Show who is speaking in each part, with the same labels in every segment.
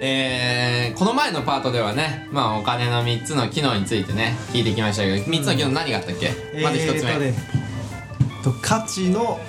Speaker 1: えーこの前のパートではね、まあ、お金の3つの機能についてね聞いてきましたけど3つの機能何があったっけ、まず1つ目、
Speaker 2: えーとねと価値の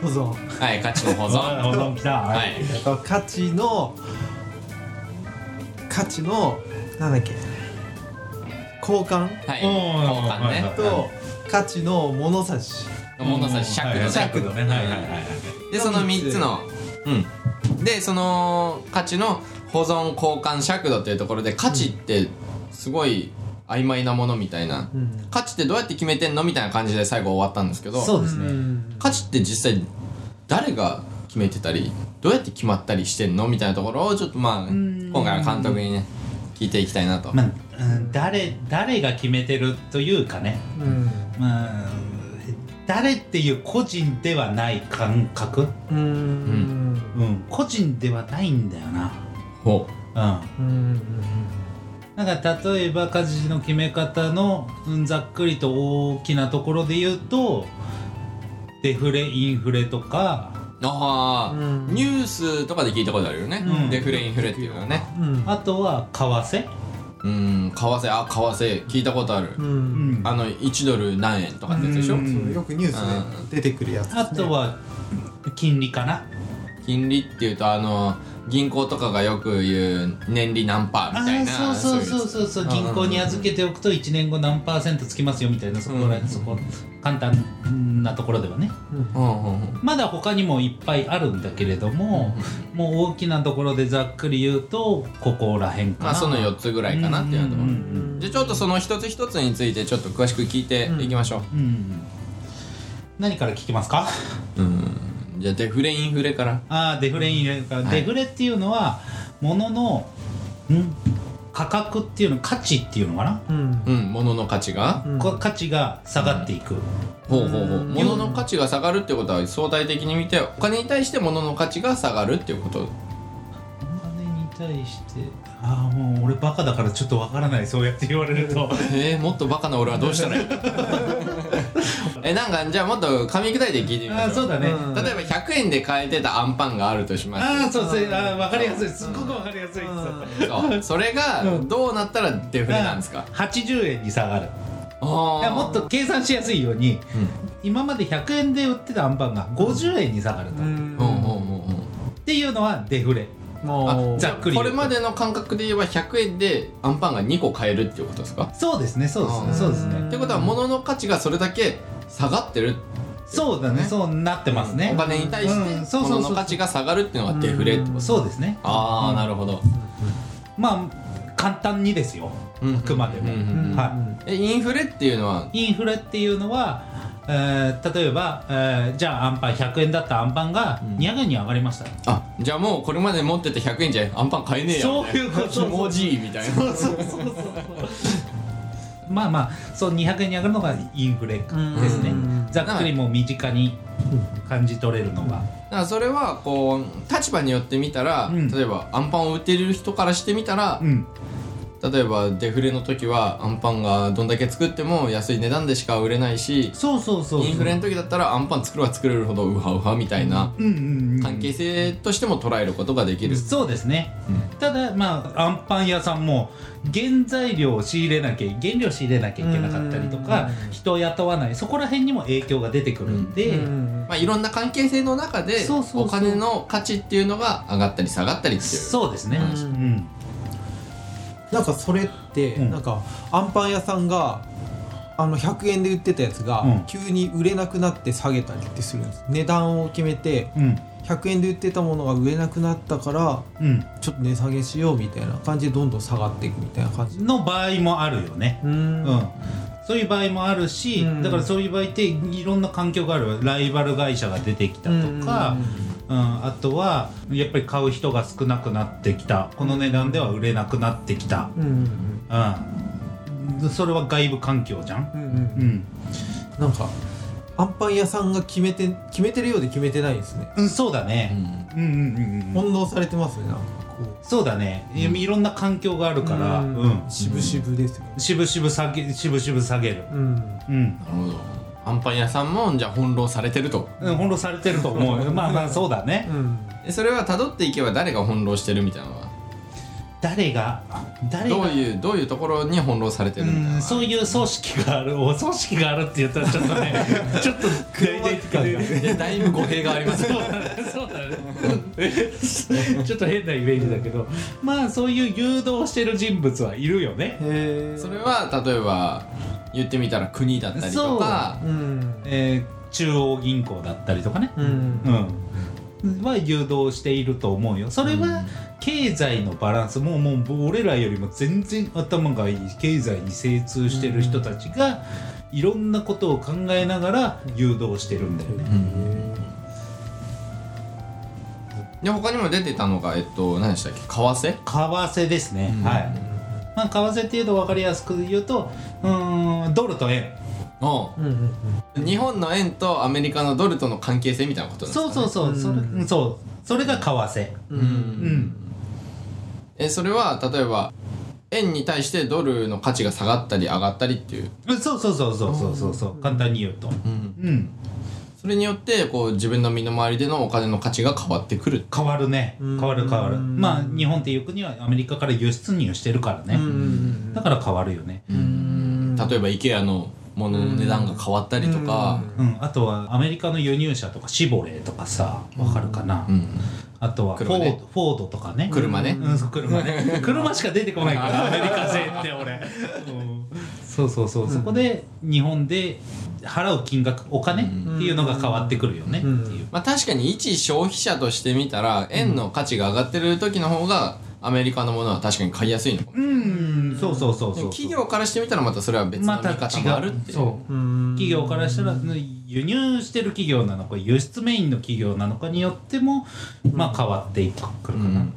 Speaker 2: 保存
Speaker 1: はい価値の保存
Speaker 3: あ保存来た
Speaker 1: は
Speaker 3: はい
Speaker 1: い
Speaker 2: えっと価値の価値のなんだっけ交換
Speaker 1: はい
Speaker 3: おー
Speaker 1: 交換ね
Speaker 3: はい
Speaker 2: と価値の物差し
Speaker 1: 物差し尺度ね
Speaker 3: 尺度ねはいはいはいはい
Speaker 1: でその3つのうんでその価値の保存交換尺度っていうところで価値ってすごい曖昧なものみたいな、
Speaker 2: ん
Speaker 1: 価値ってどうやって決めてんのみたいな感じで最後終わったんですけど
Speaker 4: そうですね、
Speaker 2: ん
Speaker 1: 価値って実際誰が決めてたりどうやって決まったりしてんのみたいなところをちょっとまあ今回は監督にね聞いていきたいなと、
Speaker 4: まあうん、誰誰が決めてるというかね、
Speaker 2: うん
Speaker 4: まあ、誰っていう個人ではない感覚、
Speaker 2: うんうん
Speaker 4: うん、個人ではないんだよな、
Speaker 1: ほ
Speaker 4: うん、
Speaker 2: うん
Speaker 4: なんか例えば家事の決め方の、うん、ざっくりと大きなところで言うとデフレインフレとか
Speaker 1: うああ、
Speaker 2: うん
Speaker 1: ニュースとかで聞いたことあるよね、
Speaker 4: うん
Speaker 1: デフレインフレっていうのはね
Speaker 2: うん
Speaker 4: あとは為替、
Speaker 1: うん為替あ為替聞いたことある、
Speaker 2: う
Speaker 4: うんん、
Speaker 1: あ
Speaker 4: あ
Speaker 1: の1ドル何円とかってやつでしょ、
Speaker 4: うん
Speaker 2: そうよくニュース
Speaker 1: うん
Speaker 2: で出てくるやつですね
Speaker 4: とは金利かな
Speaker 1: 金利っていうとあの銀行とかがよく言う年利何パーみたい
Speaker 4: あ
Speaker 1: な
Speaker 4: ーそうそうそうそうそう
Speaker 1: うん
Speaker 4: 銀行に預けておくと1年後何パーセントつきますよみたいなそこら、
Speaker 1: うん
Speaker 4: そこ簡単なところではね
Speaker 1: そういううんうんうん
Speaker 4: まだ他にもいっぱいあるんだけれども、もう大きなところでざっくり言うとここら辺か
Speaker 1: ま
Speaker 4: な、
Speaker 1: あその4つぐらいかなっていうところ
Speaker 4: んんうん
Speaker 1: じゃあちょっとその一つ一つについてちょっと詳しく聞いていきましょ
Speaker 4: うん何から聞きますか
Speaker 1: ううんじゃあデフレインフレから
Speaker 4: ああデフレインフレか、
Speaker 1: はい
Speaker 4: デフレっていうのは物のん価格っていうの価値っていうのかな、
Speaker 2: うん
Speaker 1: うん物の価値が
Speaker 2: うん
Speaker 4: こう価値が下がっていく、
Speaker 1: ほうほうほう物の価値が下がるってことは相対的に見てお金に対して物の価値が下がるっていうこと
Speaker 4: お金に対してああもう俺バカだからちょっとわからないそうやって言われると
Speaker 1: えー、もっとバカな俺はどうしたらいいの えなんかじゃあもっと噛み砕いて聞いてみまし
Speaker 4: あ
Speaker 1: ょ
Speaker 4: あ
Speaker 1: う
Speaker 4: そうだね、
Speaker 2: うん
Speaker 1: 例えば100円で買えてたアンパンがあるとします
Speaker 4: ああそうそうああわかりやすいすっごくわかりやすい、
Speaker 1: そうそれがどうなったらデフレなんですか
Speaker 4: 80円に下がる
Speaker 1: あ
Speaker 4: いやもっと計算しやすいように、
Speaker 1: うん
Speaker 4: 今まで100円で売ってたアンパンが50円に下がると、
Speaker 2: うん
Speaker 4: っ
Speaker 1: うんうんうんうん
Speaker 4: ていうのはデフレ
Speaker 2: もう
Speaker 4: ざっくり言
Speaker 1: こ
Speaker 4: う
Speaker 1: れ
Speaker 4: と
Speaker 1: までの感覚で言えば100円でアンパンが2個買えるっていうことですか
Speaker 4: そうですねそうです
Speaker 1: あー
Speaker 4: ねそうです
Speaker 2: うん
Speaker 4: ね
Speaker 1: ってことは物の価値がそれだけ下がってる
Speaker 4: そうだ
Speaker 1: ね
Speaker 4: ねそうなってますね
Speaker 1: お、金に対
Speaker 4: うん
Speaker 1: して
Speaker 4: そうそうそう
Speaker 1: 物の価値が下がるっていうのがデフレってこと
Speaker 4: そうですね
Speaker 1: ああなるほど
Speaker 4: まあ簡単にですよ
Speaker 1: うん
Speaker 4: あくまでも、
Speaker 1: うんうん
Speaker 2: うん
Speaker 4: はい
Speaker 1: えインフレっていうのは
Speaker 4: インフレっていうのは、えー例えば、えーじゃあアンパン100円だったアンパンが200円に上がりました、
Speaker 1: あじゃあもうこれまで持ってた100円じゃアンパン買えねえや
Speaker 4: そういうこと
Speaker 1: 気持ちいいみたいな
Speaker 4: まあまあそう200円に上がるのがインフレですね
Speaker 2: うん
Speaker 4: ざっくりもう身近に感じ取れるのが、
Speaker 1: だからそれはこう立場によって見たら、
Speaker 4: うん
Speaker 1: 例えばアンパンを売ってる人からしてみたら
Speaker 4: う、ん、
Speaker 1: 例えばデフレの時はアンパンがどんだけ作っても安い値段でしか売れないし
Speaker 4: そうそうそうそう
Speaker 1: インフレの時だったらアンパン作れば作れるほどウハウハみたいな
Speaker 4: うんうんうん
Speaker 1: 関係性としても捉えることができる、
Speaker 4: そうですね、
Speaker 1: うん
Speaker 4: ただまあアンパン屋さんも原材料を仕入れなきゃ原料仕入れなきゃいけなかったりとか
Speaker 2: うん
Speaker 4: 人を雇わないそこら辺にも影響が出てくるんで、
Speaker 2: うん
Speaker 1: まあ、いろんな関係性の中で
Speaker 4: そうそうそ
Speaker 1: お
Speaker 4: う
Speaker 1: 金の価値っていうのが上がったり下がったりっていう
Speaker 4: そうですね、
Speaker 2: うん
Speaker 4: うん
Speaker 2: なんかそれって、
Speaker 4: うん
Speaker 2: なんかアンパン屋さんがあの100円で売ってたやつが、
Speaker 4: うん
Speaker 2: 急に売れなくなって下げたりってするんです値段を決めて
Speaker 4: うん
Speaker 2: 100円で売ってたものが売れなくなったから
Speaker 4: うん
Speaker 2: ちょっと値下げしようみたいな感じでどんどん下がっていくみたいな感じ
Speaker 4: の場合もあるよね、
Speaker 2: うーん
Speaker 4: うんそういう場合もあるし、
Speaker 2: うん
Speaker 4: だからそういう場合っていろんな環境があるライバル会社が出てきたとか、うんあとはやっぱり買う人が少なくなってきたこの値段では売れなくなってきた、
Speaker 2: うんうん
Speaker 4: うん、それは外部環境じゃん、
Speaker 2: うんうん
Speaker 4: う
Speaker 2: うん
Speaker 4: ん
Speaker 2: なんかアンパン屋さんが決めて決めてるようで決めてないですね
Speaker 4: うん、そうだ
Speaker 1: う
Speaker 4: ね、
Speaker 1: ん
Speaker 4: うん、うんうんうん
Speaker 2: 翻弄されてますねなんかこう
Speaker 4: そうだね、いいろんな環境があるからうん
Speaker 2: しぶしぶですよね
Speaker 4: しぶしぶ下げしぶしぶ下げる
Speaker 2: うん
Speaker 4: う
Speaker 1: な
Speaker 4: ん
Speaker 1: るほどアンパン屋さんもじゃあ翻弄されてると
Speaker 4: うん翻弄されてると思うまあまあそうだね、
Speaker 2: うん
Speaker 1: えそれは辿っていけば誰が翻弄してるみたいなのは
Speaker 4: 誰が誰が
Speaker 1: どういうどういうところに翻弄されてるみたいなの
Speaker 4: う
Speaker 1: は
Speaker 4: んそういう組織があるお組織があるって言ったらちょっとね ちょっと大体感が
Speaker 1: いやだいぶ語弊があります
Speaker 4: そうだねそうだねちょっと変なイメージだけどまあそういう誘導してる人物はいるよね
Speaker 2: へえ
Speaker 1: それは例えば言ってみたら国だったりとか
Speaker 2: うん
Speaker 4: えー中央銀行だったりとかね、
Speaker 2: うん
Speaker 4: うん、は誘導していると思うよそれは経済のバランスもうもう俺らよりも全然頭がいい経済に精通してる人たちがいろんなことを考えながら誘導してるんだよね。
Speaker 1: で他にも出てたのがえっと何でしたっけ為替
Speaker 4: 為替ですね、
Speaker 1: うん
Speaker 4: はい、まあ、為替っていうと分かりやすく言うとうーんドルと円
Speaker 1: おう
Speaker 2: うんうん
Speaker 1: 日本の円とアメリカのドルとの関係性みたいなことなんですか、
Speaker 4: そう
Speaker 1: ね、
Speaker 4: そうそう、それ
Speaker 2: うん
Speaker 4: うんそうそれが為替
Speaker 2: うんう
Speaker 1: うん
Speaker 2: ん
Speaker 1: えそれは例えば円に対してドルの価値が下がったり上がったりっていう、
Speaker 4: うんそうそうそうそうそうそうそう簡単に言うとうん
Speaker 1: それによってこう自分の身の回りでのお金の価値が変わってくる
Speaker 4: 変わるね
Speaker 2: うん
Speaker 4: 変わる変わるまあ日本っていう国はアメリカから輸出入してるからね、
Speaker 2: うん
Speaker 4: だから変わるよね、
Speaker 2: うん
Speaker 1: 例えば IKEA のものの値段が変わったりとか
Speaker 4: うん、あとはアメリカの輸入車とかシボレーとかさわかるかな、
Speaker 1: うん
Speaker 4: あとはフォ
Speaker 1: 車
Speaker 4: ード、
Speaker 1: ね
Speaker 4: フォードとかね
Speaker 1: 車ね、
Speaker 4: うん、そう車ね車しか出てこな いからアメリカ製って俺、うんそうそうそう、そこで日本で払う金額お金っていうのが変わってくるよねって
Speaker 2: うん
Speaker 4: いう、
Speaker 1: まあ、確かに一消費者としてみたら円の価値が上がってる時の方がアメリカのものは確かに買いやすいのかも
Speaker 4: うんそうそうそ
Speaker 1: で
Speaker 4: うそう
Speaker 1: も企業からしてみたらまたそれは別の
Speaker 4: ま
Speaker 1: 見
Speaker 4: た
Speaker 1: 方もある
Speaker 4: 違
Speaker 1: っ
Speaker 4: う
Speaker 1: ていう,、
Speaker 4: そう
Speaker 2: 企
Speaker 4: 企業からしたら輸入してる企業なのか輸出メインの企業なのかによってもまあ変わっていくくるかな、
Speaker 1: うん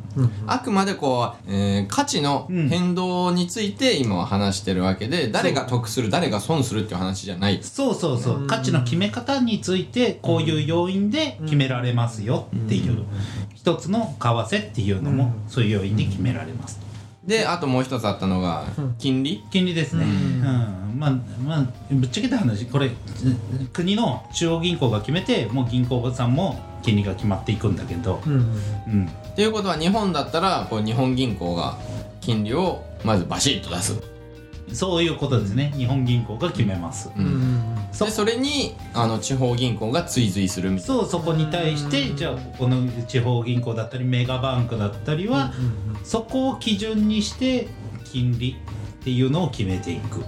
Speaker 1: あくまでこう、えー価値の変動について今は話してるわけで、誰が得する誰が損するっていう話じゃない
Speaker 4: そうそうそう、
Speaker 2: うん
Speaker 4: 価値の決め方についてこういう要因で決められますよっていう、一つの為替っていうのも
Speaker 2: う
Speaker 4: そういう要因で決められます、
Speaker 1: であともう一つあったのが
Speaker 2: うん
Speaker 1: 金利、
Speaker 4: 金利ですね、
Speaker 2: う
Speaker 4: うんんまあまあぶっちゃけた話これうん国の中央銀行が決めてもう銀行さんも金利が決まっていくんだけど、うん、
Speaker 1: っていうことは日本だったらこう日本銀行が金利をまずバシッと出す、
Speaker 4: そういうことですね日本銀行が決めます、
Speaker 1: うん
Speaker 4: そ
Speaker 1: でそれにあの地方銀行が追随するみたい
Speaker 4: そうそこに対してじゃあここの地方銀行だったりメガバンクだったりは、そこを基準にして金利っていうのを決めていくっ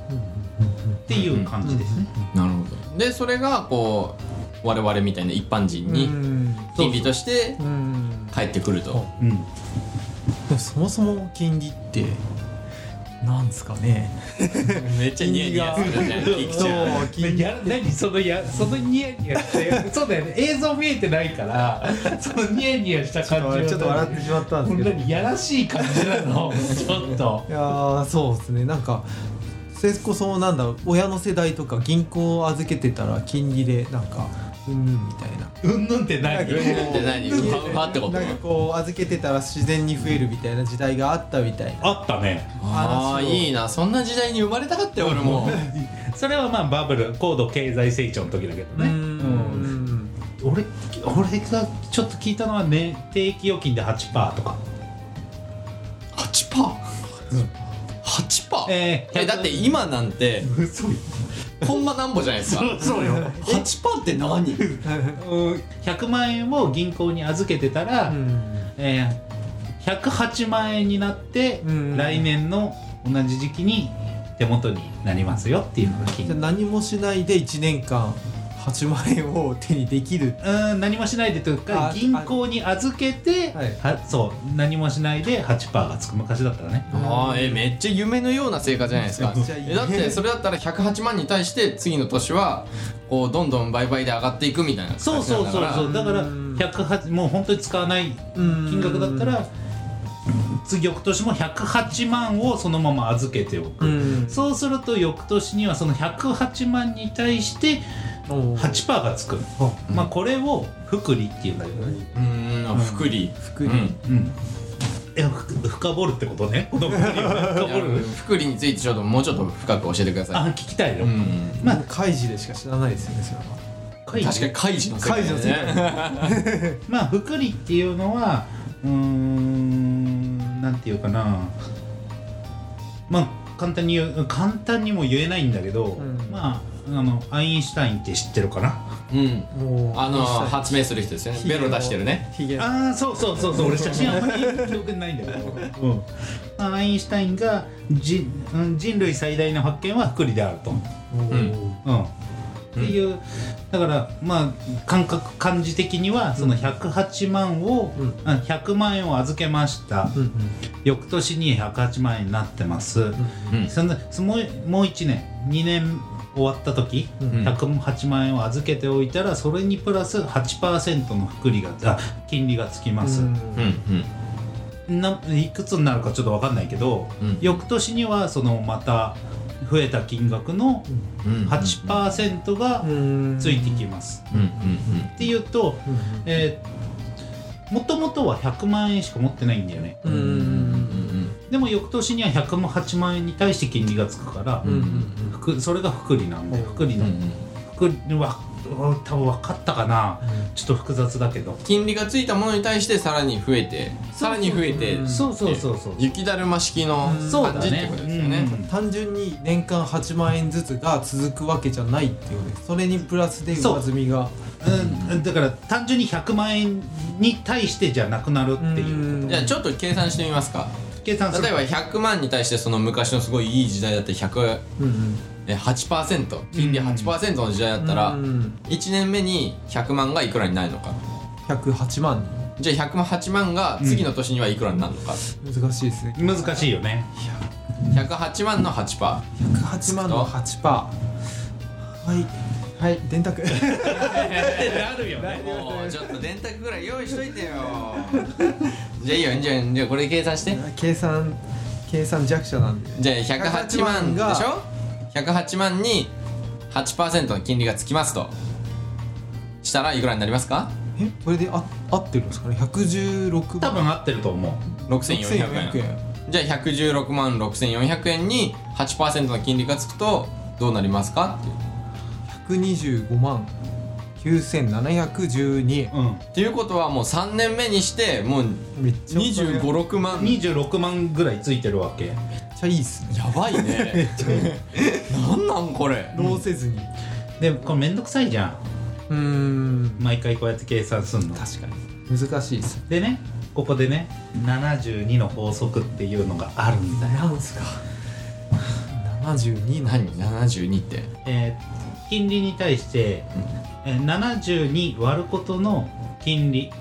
Speaker 4: ていう感じですね。
Speaker 1: なるほどでそれがこう我々みたいな一般人に金利として返ってくると、
Speaker 2: そ
Speaker 4: うん、
Speaker 2: そもそも金利ってなんですかね
Speaker 1: めっちゃニヤニヤするじゃん
Speaker 4: 金利が
Speaker 1: ピクチ
Speaker 4: そ
Speaker 1: ャー
Speaker 4: うねや何そのやそのニヤニヤしてそうだよね映像見えてない からそのニヤニヤした
Speaker 2: ちょ
Speaker 4: 感じは
Speaker 2: っと笑ってしまったん
Speaker 4: こ
Speaker 2: です
Speaker 4: ん
Speaker 2: け
Speaker 4: な
Speaker 2: ど
Speaker 4: にやらしい感じなのちょっと
Speaker 2: いやーそうですねなんかそれこそなんだろう親の世代とか銀行を預けてたら金利でなんかうんうんみたいな。
Speaker 4: うんぬんって何
Speaker 1: うん うんって何ウハウハってこと
Speaker 2: なんかこう預けてたら自然に増えるみたいな時代があったみたいな
Speaker 4: あったね
Speaker 1: ああ
Speaker 2: 話を
Speaker 1: いいなそんな時代に生まれたかったよ俺も
Speaker 4: それはまあバブル高度経済成長の時だけどねうん俺俺がちょっと聞いたのはね定期預金で8%とか
Speaker 1: 8パー8パー
Speaker 4: え
Speaker 1: えだって今なんて
Speaker 4: 嘘よ
Speaker 1: コンマなんぼじゃないですか
Speaker 4: そうよ
Speaker 1: 8パーって何
Speaker 4: 100万円を銀行に預けてたら、えー、108万円になって、
Speaker 2: うん
Speaker 4: 来年の同じ時期に手元になりますよっていうのが金
Speaker 2: じゃあ
Speaker 4: 利
Speaker 2: 何もしないで1年間8万円を手にできる
Speaker 4: うん何もしないでという
Speaker 2: あ
Speaker 4: か銀行に預けて
Speaker 2: はい
Speaker 4: はそう何もしないで8%がつく昔だったらね
Speaker 1: あーえめっちゃ夢のような成果じゃないですか
Speaker 2: めっちゃいい
Speaker 1: えだってそれだったら108万に対して次の年はこうどんどん売買で上がっていくみたいな
Speaker 4: そうそうそうそううだから
Speaker 2: うん
Speaker 4: 108もう本当に使わない金
Speaker 2: 金
Speaker 4: 額だったら次翌年も108万をそのまま預けておく、
Speaker 2: うん
Speaker 4: そうすると翌年にはその108万に対して
Speaker 2: おー
Speaker 4: 8%がつく、
Speaker 1: うん
Speaker 4: まあこれを福利っていうんだけどね、
Speaker 1: うーん福利
Speaker 2: 福利
Speaker 1: うん
Speaker 4: うんええふ深掘るってことねこの深
Speaker 1: いや
Speaker 4: 掘る
Speaker 1: 福利についてちょっともうちょっと深く教えてくださ
Speaker 4: あ聞きたい
Speaker 1: い。
Speaker 4: よ、
Speaker 1: うん。
Speaker 4: まあ
Speaker 2: もう開示でしか知らないですよねそれは
Speaker 4: 会議
Speaker 1: 確かに開示の世
Speaker 2: 開
Speaker 1: 界
Speaker 2: 示
Speaker 1: だ
Speaker 2: の
Speaker 1: ね。
Speaker 2: 世界
Speaker 4: まあ福利っていうのはうーんなんていうかなまあ簡単に言う簡単にも言えないんだけど、
Speaker 2: ん
Speaker 4: まああのアインシュタインって知ってるかな
Speaker 1: うん。
Speaker 2: もう
Speaker 1: あの発明する人ですよね。ベロ出してるね。
Speaker 2: ヒゲの
Speaker 4: ああそうそうそうそう俺写真あんまり記憶にないんだけど、うんまあ、アインシュタインが人うん人類最大の発見は福利であると、
Speaker 2: もう
Speaker 4: うん、っていうだからまあ感覚感じ的にはその108万を、
Speaker 2: うん
Speaker 4: あ100万円を預けました、
Speaker 2: うんうん
Speaker 4: 翌年に108万円になってます、
Speaker 1: うん。
Speaker 4: そのそもうもう1年2年終わった時、
Speaker 1: ん
Speaker 4: 108万円を預けておいたらそれにプラス8%の福利があ金利がつきます、
Speaker 1: うん
Speaker 4: ないくつになるかちょっと分かんないけど、
Speaker 1: うん
Speaker 4: 翌年にはそのまた増えた金額の
Speaker 1: うんうん。
Speaker 4: 8%が
Speaker 2: うん
Speaker 4: ついてきます、
Speaker 1: うんうん
Speaker 4: っていうと、
Speaker 2: うん
Speaker 4: えー、もともとは100万円しか持ってないんだよね
Speaker 2: うんうん
Speaker 4: でも翌年には108万円に対して金利がつくから、
Speaker 2: うんうん
Speaker 4: 福それが福利なんで
Speaker 2: うん
Speaker 4: 福利
Speaker 1: うんう
Speaker 4: の、
Speaker 1: んうん。
Speaker 4: 福利はうん多分分かったかなちょっと複雑だけど、
Speaker 1: 金利がついたものに対してさらに増えて、さらに増えて
Speaker 2: う、ん
Speaker 4: そうそうそうそう
Speaker 1: 雪だるま式の
Speaker 4: そう
Speaker 1: 感
Speaker 4: だ
Speaker 1: じっ
Speaker 4: ね
Speaker 1: てことですよね。
Speaker 2: 単純に年間8万円ずつが続くわけじゃないっていうねそれにプラスで
Speaker 4: そう
Speaker 2: 上積みが
Speaker 4: うんうんだから単純に100万円に対してじゃなくなるっていう
Speaker 2: うん
Speaker 1: じゃあちょっと計算してみますか。
Speaker 4: 計算する
Speaker 1: 例えば100万に対してその昔のすごいいい時代だって100
Speaker 2: うんうん
Speaker 1: え8%金利8%の時代だったら
Speaker 2: うん
Speaker 1: 1年目に100万がいくらになるのか
Speaker 2: 108万
Speaker 1: じゃあ108万が次の年にはいくらになるのか、
Speaker 2: 人難しいですね
Speaker 4: 難しいよ ね
Speaker 1: 108万の8%パ
Speaker 2: 108万の8パーはいはい電卓
Speaker 4: なるよね
Speaker 1: ーもうちょっと電卓ぐらい用意しといてよ じゃあいいよじゃあじゃあこれ計算して
Speaker 2: 計算計算弱者なんで
Speaker 1: じゃあ108万でしょ108万に8%の金利がつきますとしたらいくらになりますか
Speaker 2: えこれであ合ってるんですかね116
Speaker 4: 多
Speaker 2: 万
Speaker 4: 分合ってると思う
Speaker 1: 6400円じゃあ116万6400円に8%の金利がつくとどうなりますかっていう
Speaker 2: 125万9712円
Speaker 4: うん
Speaker 1: っていうことはもう3年目にしてもう
Speaker 2: めっちゃ
Speaker 1: 2 5六6万
Speaker 4: 26万ぐらいついてるわけ
Speaker 2: めっちゃいいっすね
Speaker 1: やばい ねなんなんこれ
Speaker 2: 労せずに
Speaker 4: でこれめんどくさいじゃん
Speaker 2: うーん
Speaker 4: 毎回こうやって計算すんの
Speaker 2: 確かに難しいっす
Speaker 4: でねここでね72の法則っていうのがあるんだよ、
Speaker 2: なんすか72の
Speaker 1: 何72って
Speaker 4: えー金利に対して、えー72割ることの金利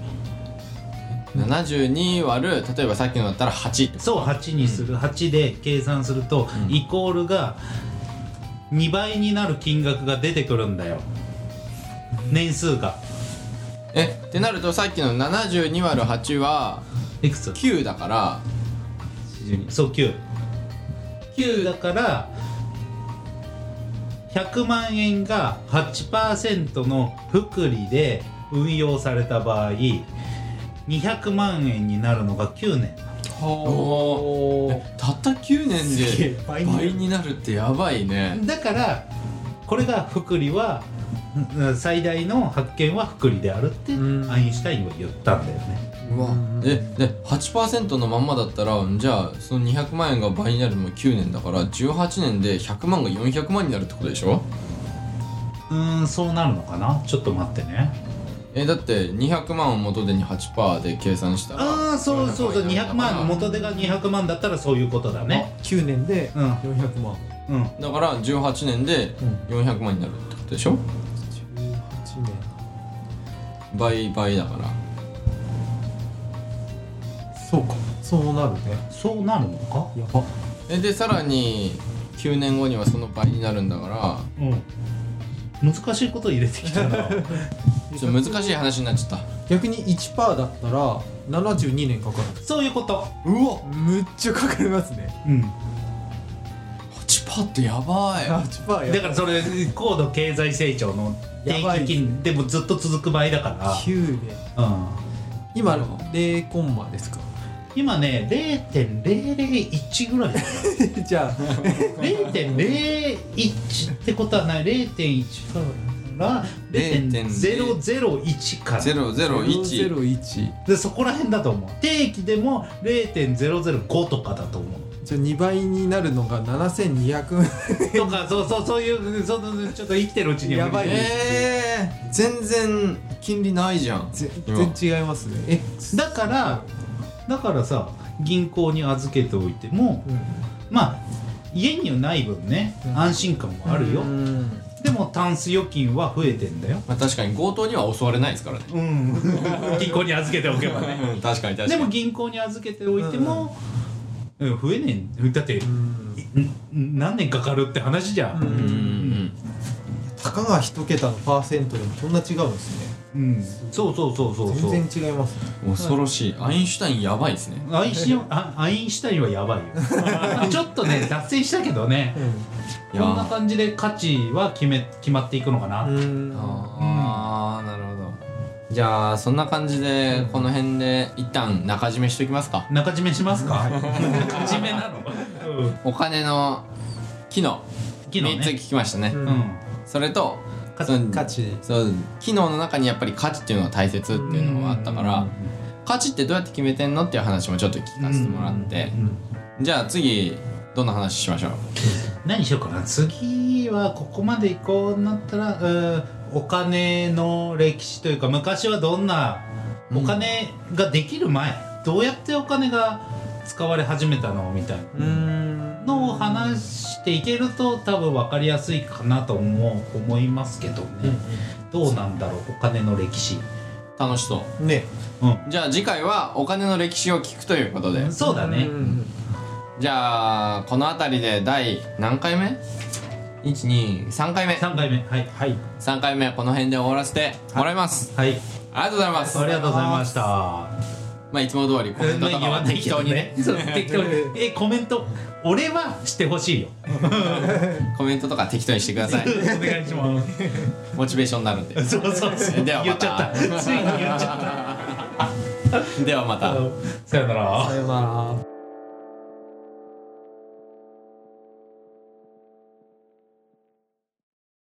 Speaker 1: 72割る例えばさっきのだったら8って
Speaker 4: そう8にする、8で計算すると、
Speaker 1: うん
Speaker 4: イコールが2倍になる金額が出てくるんだよ年数が
Speaker 1: えってなるとさっきの72割る8はい
Speaker 4: くつ
Speaker 1: 9だから
Speaker 4: そう9 9だから100万円が8%の福利で運用された場合200万円になるのが9年
Speaker 1: お
Speaker 2: お
Speaker 1: ーたった9年
Speaker 2: すげえ
Speaker 1: で
Speaker 2: 倍になる
Speaker 1: 倍になるってやばいね
Speaker 4: だからこれが福利はうん最大の発見は福利であるって
Speaker 2: うん
Speaker 4: アインシュタインは言ったんだよね
Speaker 1: うわえで8%のまんまだったらじゃあその200万円が倍になるのも9年だから18年で100万が400万になるってことでしょ
Speaker 4: うーんそうなるのかなちょっと待ってね
Speaker 1: えだって200万を元手に8%で計算したら
Speaker 4: ああそうそうそう200万
Speaker 1: 元
Speaker 4: 元手が200万だったらそういうことだね
Speaker 2: 9年で
Speaker 4: うん
Speaker 2: 400万
Speaker 4: うん
Speaker 1: だから18年で400万になるってことでしょ
Speaker 2: 18年
Speaker 1: 倍倍だから
Speaker 2: そうかそうなるね
Speaker 4: そうなるのか
Speaker 2: やば
Speaker 1: えでさらに9年後にはその倍になるんだから
Speaker 4: うん難しいこと入れてきたな
Speaker 1: ちょっと難しい話になっちゃった
Speaker 2: 逆に1パーだったら72年かかる
Speaker 4: そういうこと
Speaker 1: うわ
Speaker 2: むっちゃかかりますね
Speaker 4: うん
Speaker 1: 8%ってやばい
Speaker 2: 8パーや
Speaker 4: だからそれ高度経済成長の
Speaker 2: やば
Speaker 4: 定
Speaker 2: い
Speaker 4: 期金でもずっと続く場合だか
Speaker 2: 9年
Speaker 4: らうん
Speaker 2: 今0コンマですか
Speaker 4: 今ね0.001ぐらいかな
Speaker 2: じゃあ
Speaker 4: 0.01ってことはない0.1から0.001から
Speaker 1: ゼロゼロ一。
Speaker 2: 001
Speaker 4: でそこら辺だと思う定期でも0.005とかだと思う
Speaker 2: じゃあ2倍になるのが7200
Speaker 4: とかそうそうそういうそのちょっと生きてるうちには
Speaker 2: やばいね
Speaker 1: えー、全然金利ないじゃん。
Speaker 2: ぜ
Speaker 1: 今
Speaker 2: 全然違いますねえ
Speaker 4: だからだからさ銀行に預けておいてもまあ家にはない分ね
Speaker 2: うん
Speaker 4: 安心感もあるよ、
Speaker 2: うん
Speaker 4: でもタンス預金は増えてんだよ
Speaker 1: まあ確かに強盗には襲われないですからね。
Speaker 4: うん 銀行に預けておけばね
Speaker 1: うん、確かに確かに。
Speaker 4: でも銀行に預けておいても、うん増えねえんだって、
Speaker 2: うん
Speaker 4: ん何年かかるって話じゃ、
Speaker 1: うんんうんうん。
Speaker 2: たかが一桁のパーセントでもそんな違うんですね
Speaker 4: うん、そうそうそうそうそう
Speaker 2: 全然違いますね
Speaker 1: 恐ろしいアインシュタインやばいですね
Speaker 4: アインシュあアインシュタインはやばいよちょっとね脱線したけどね
Speaker 1: い
Speaker 4: こんな
Speaker 1: や
Speaker 4: 感じで価値は決め決まっていくのかな、
Speaker 2: うん
Speaker 1: あーなるほどじゃあそんな感じでこの辺で一旦中締めしときますか
Speaker 4: 中締めしますか中締めなの、うん、
Speaker 1: お金の機能
Speaker 4: 昨日
Speaker 1: 3つ聞
Speaker 4: ね、
Speaker 1: きましたね
Speaker 2: うん
Speaker 4: うん、
Speaker 1: それと
Speaker 4: 価
Speaker 1: その
Speaker 2: 価値
Speaker 1: そう機能の中にやっぱり価値っていうのが大切っていうのがあったから価値ってどうやって決めてんのっていう話もちょっと聞かせてもらって
Speaker 2: うん
Speaker 1: じゃあ次どんな話しましょう
Speaker 4: 何しようかな次はここまで行こうになったらうーお金の歴史というか昔はどんな
Speaker 1: うん
Speaker 4: お金ができる前、どうやってお金が使われ始めたのみたい
Speaker 2: うん
Speaker 4: なのを話していけると多分分かりやすいかなと思う思いますけどね、どうなんだろうお金の歴史、
Speaker 1: 楽しそう
Speaker 2: ね
Speaker 4: う
Speaker 1: じゃあ次回はお金の歴史を聞くということで
Speaker 4: ん、そうだね、
Speaker 2: ん
Speaker 1: じゃあこの辺りで第何回目 ?123 回目
Speaker 4: 3回目はい
Speaker 2: はい
Speaker 1: 3回目はこの辺で終わらせてもらいます
Speaker 4: はい
Speaker 1: ありがとうございます
Speaker 4: ありがとうございました
Speaker 1: まあいつも通りコメントとかは適当に ね
Speaker 4: そう適当にえコメント俺はしてほしいよ
Speaker 1: コメントとか適当にしてくだ さい
Speaker 4: お願いします
Speaker 1: モチベーションになるんで
Speaker 4: そうそうそう
Speaker 1: では
Speaker 4: 言
Speaker 1: ま
Speaker 4: っちゃったたついに言っちゃっ
Speaker 1: ではま
Speaker 4: た
Speaker 1: た
Speaker 4: さよなら
Speaker 2: さようなら